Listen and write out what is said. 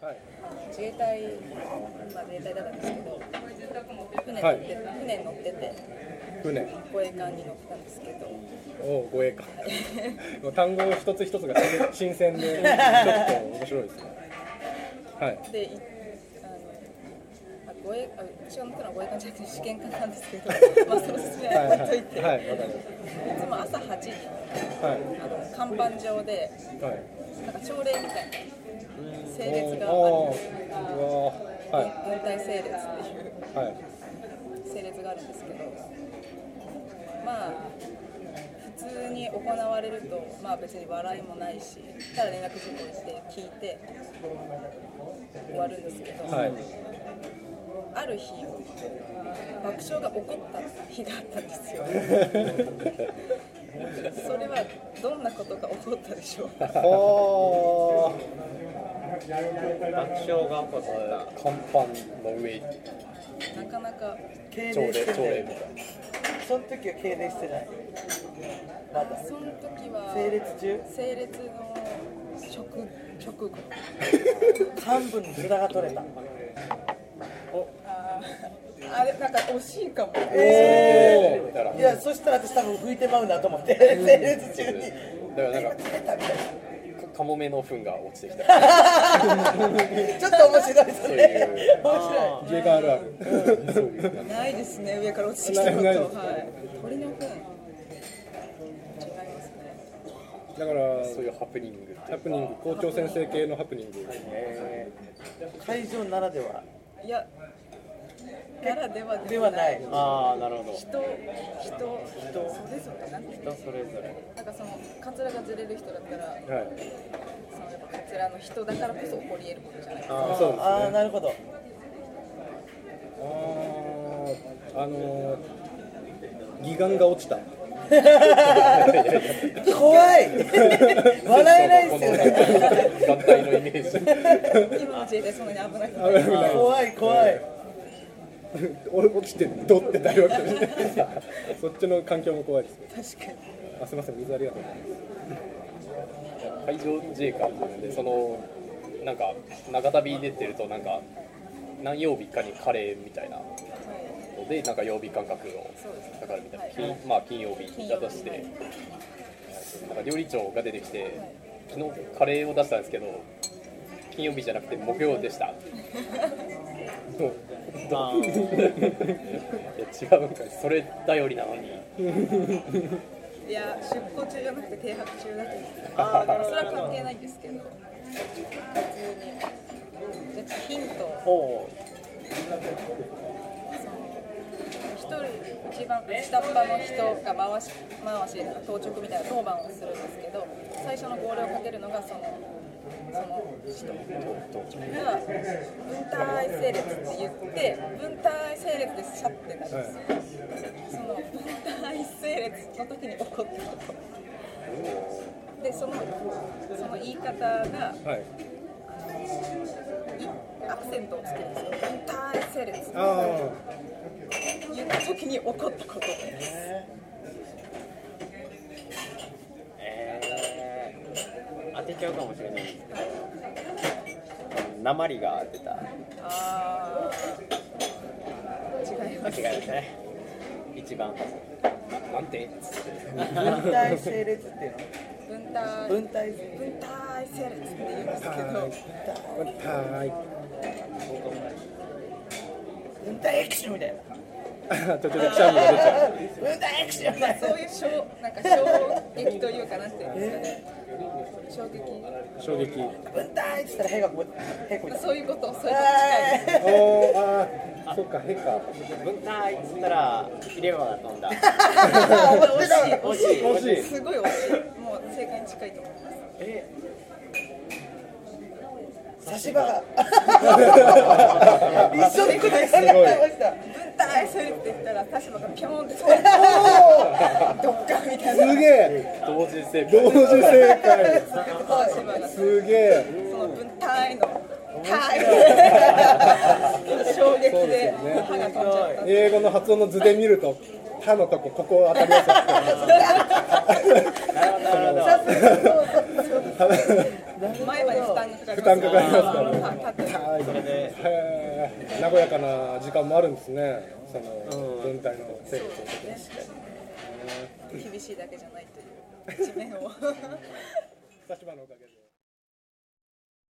はい自衛隊、まあ、自衛隊だったんですけど船乗はっいて、船乗ってて船護衛艦に乗ったんですけどお護衛艦もう単語一つ一つが新鮮でちょっと面白いですねはいでいあのあ護衛あ私が乗ったのは護衛艦じゃなくて試験艦なん ですけどまあその説明はいはは置いといて、いはいわかりまいつも朝8時すはいあの甲板上ではいなんか朝礼みたいな整列がおあーおーうわーはる軍隊整列っていう。いはい整列があるんですけどまあ普通に行われるとまあ別に笑いもないしただ連絡事項して聞いて終わるんですけど、はいある日爆笑が起こった日があったんです よそれはどんなことが起こったでしょうかおー爆笑が起こった甲板の上なかなか敬朝礼し礼て朝礼てみたいその時は敬礼してないまだその時は整列中整列の直直後半分に札が取れたあーあれなんか惜しいかもえおーだからーいやそしたら私多分拭いてまうなと思って整列中になだからなんかかカモメの糞が落ちてきた ちょっと面白いですね面白家があるあるそういうないですね、上から落ちてきたこと。なはいいないですね。鳥の糞。違いますね。だからそういうハプニングハプニング校長先生系のハプニングい会場ならではいや、ならではででははな。ないいああなるほど人、人、人、それぞれなんていうの人それぞれなんかその、カツラがずれる人だったら、はいそのやっぱカツラの人だからこそ起こり得ることじゃないですか。あーそうですねああなるほどあーあのー、義眼が落ちた 怖い笑えないですよね団体のイメージ今の自衛隊そんなに危ないので。危ない怖い怖い俺落ちてドってなるわけですねそっちの環境も怖いですね確かに。あすみません水ありがとうございます海上自衛官なんでそのなんか長旅出てるとなんか何曜日かにカレーみたいなはい。のでなんか曜日感覚のそうですねかかるみたいな、はい金まあ金曜日金だ曜日として、なんか料理長が出てきて、い昨日カレーを出したんですけど金曜日じゃなくて木曜でした もうあー いや違うんかいそれ頼りなのにいや、出航中じゃなくて停泊中だと思って。ああ、だからそれは関係ないんですけど。普通に。じゃあ、ヒントを。おー一人一番下っ端の人が回し回し当直みたいな当番をするんですけど最初の号令をかけるのがそのその人が分隊整列って言って分隊整列でシャッてなるんですよ、その分隊整列の時に起こったことでそのその言い方がはいアクセントをつけるんですよ分隊整列ってああ言った時に起こったことですえー当てちゃうかもしれないんですけど鉛が出たあー違います違いますね一番なんて分体整列っていう分の体分体整列分体整列って言うんですけどはい分体エクションみたいなちょちょちょシャンが出ちゃう 分体エクションみたいなそういう衝なんか衝撃というかなんていうんですかね衝撃衝撃分体っつったら屁がこう屁こいそういうことそういうこと近いですあおーあーそっか変か分体っつったら入れ歯が飛んだ 惜しい惜し惜しい惜しいいすごい惜しいもう正解に近いと思いますえー差し歯が一緒に くらい考えました分体整列って言ったら田島がピョン って取れてドッカンみたいなすげえ同時 性同時正解田島がすげえその分体の体衝撃で歯が飛んじゃった英語の発音の図で見ると「他のとこここ当たりますよなるほどなるほどさすがそうそうそ う前まで負担がかかります負担かかりますからねはい立って はいそれでへー和やかな時間もあるんですねそのうん文体の生そう活ですね厳しいだけじゃないという一面を。立場のおかげで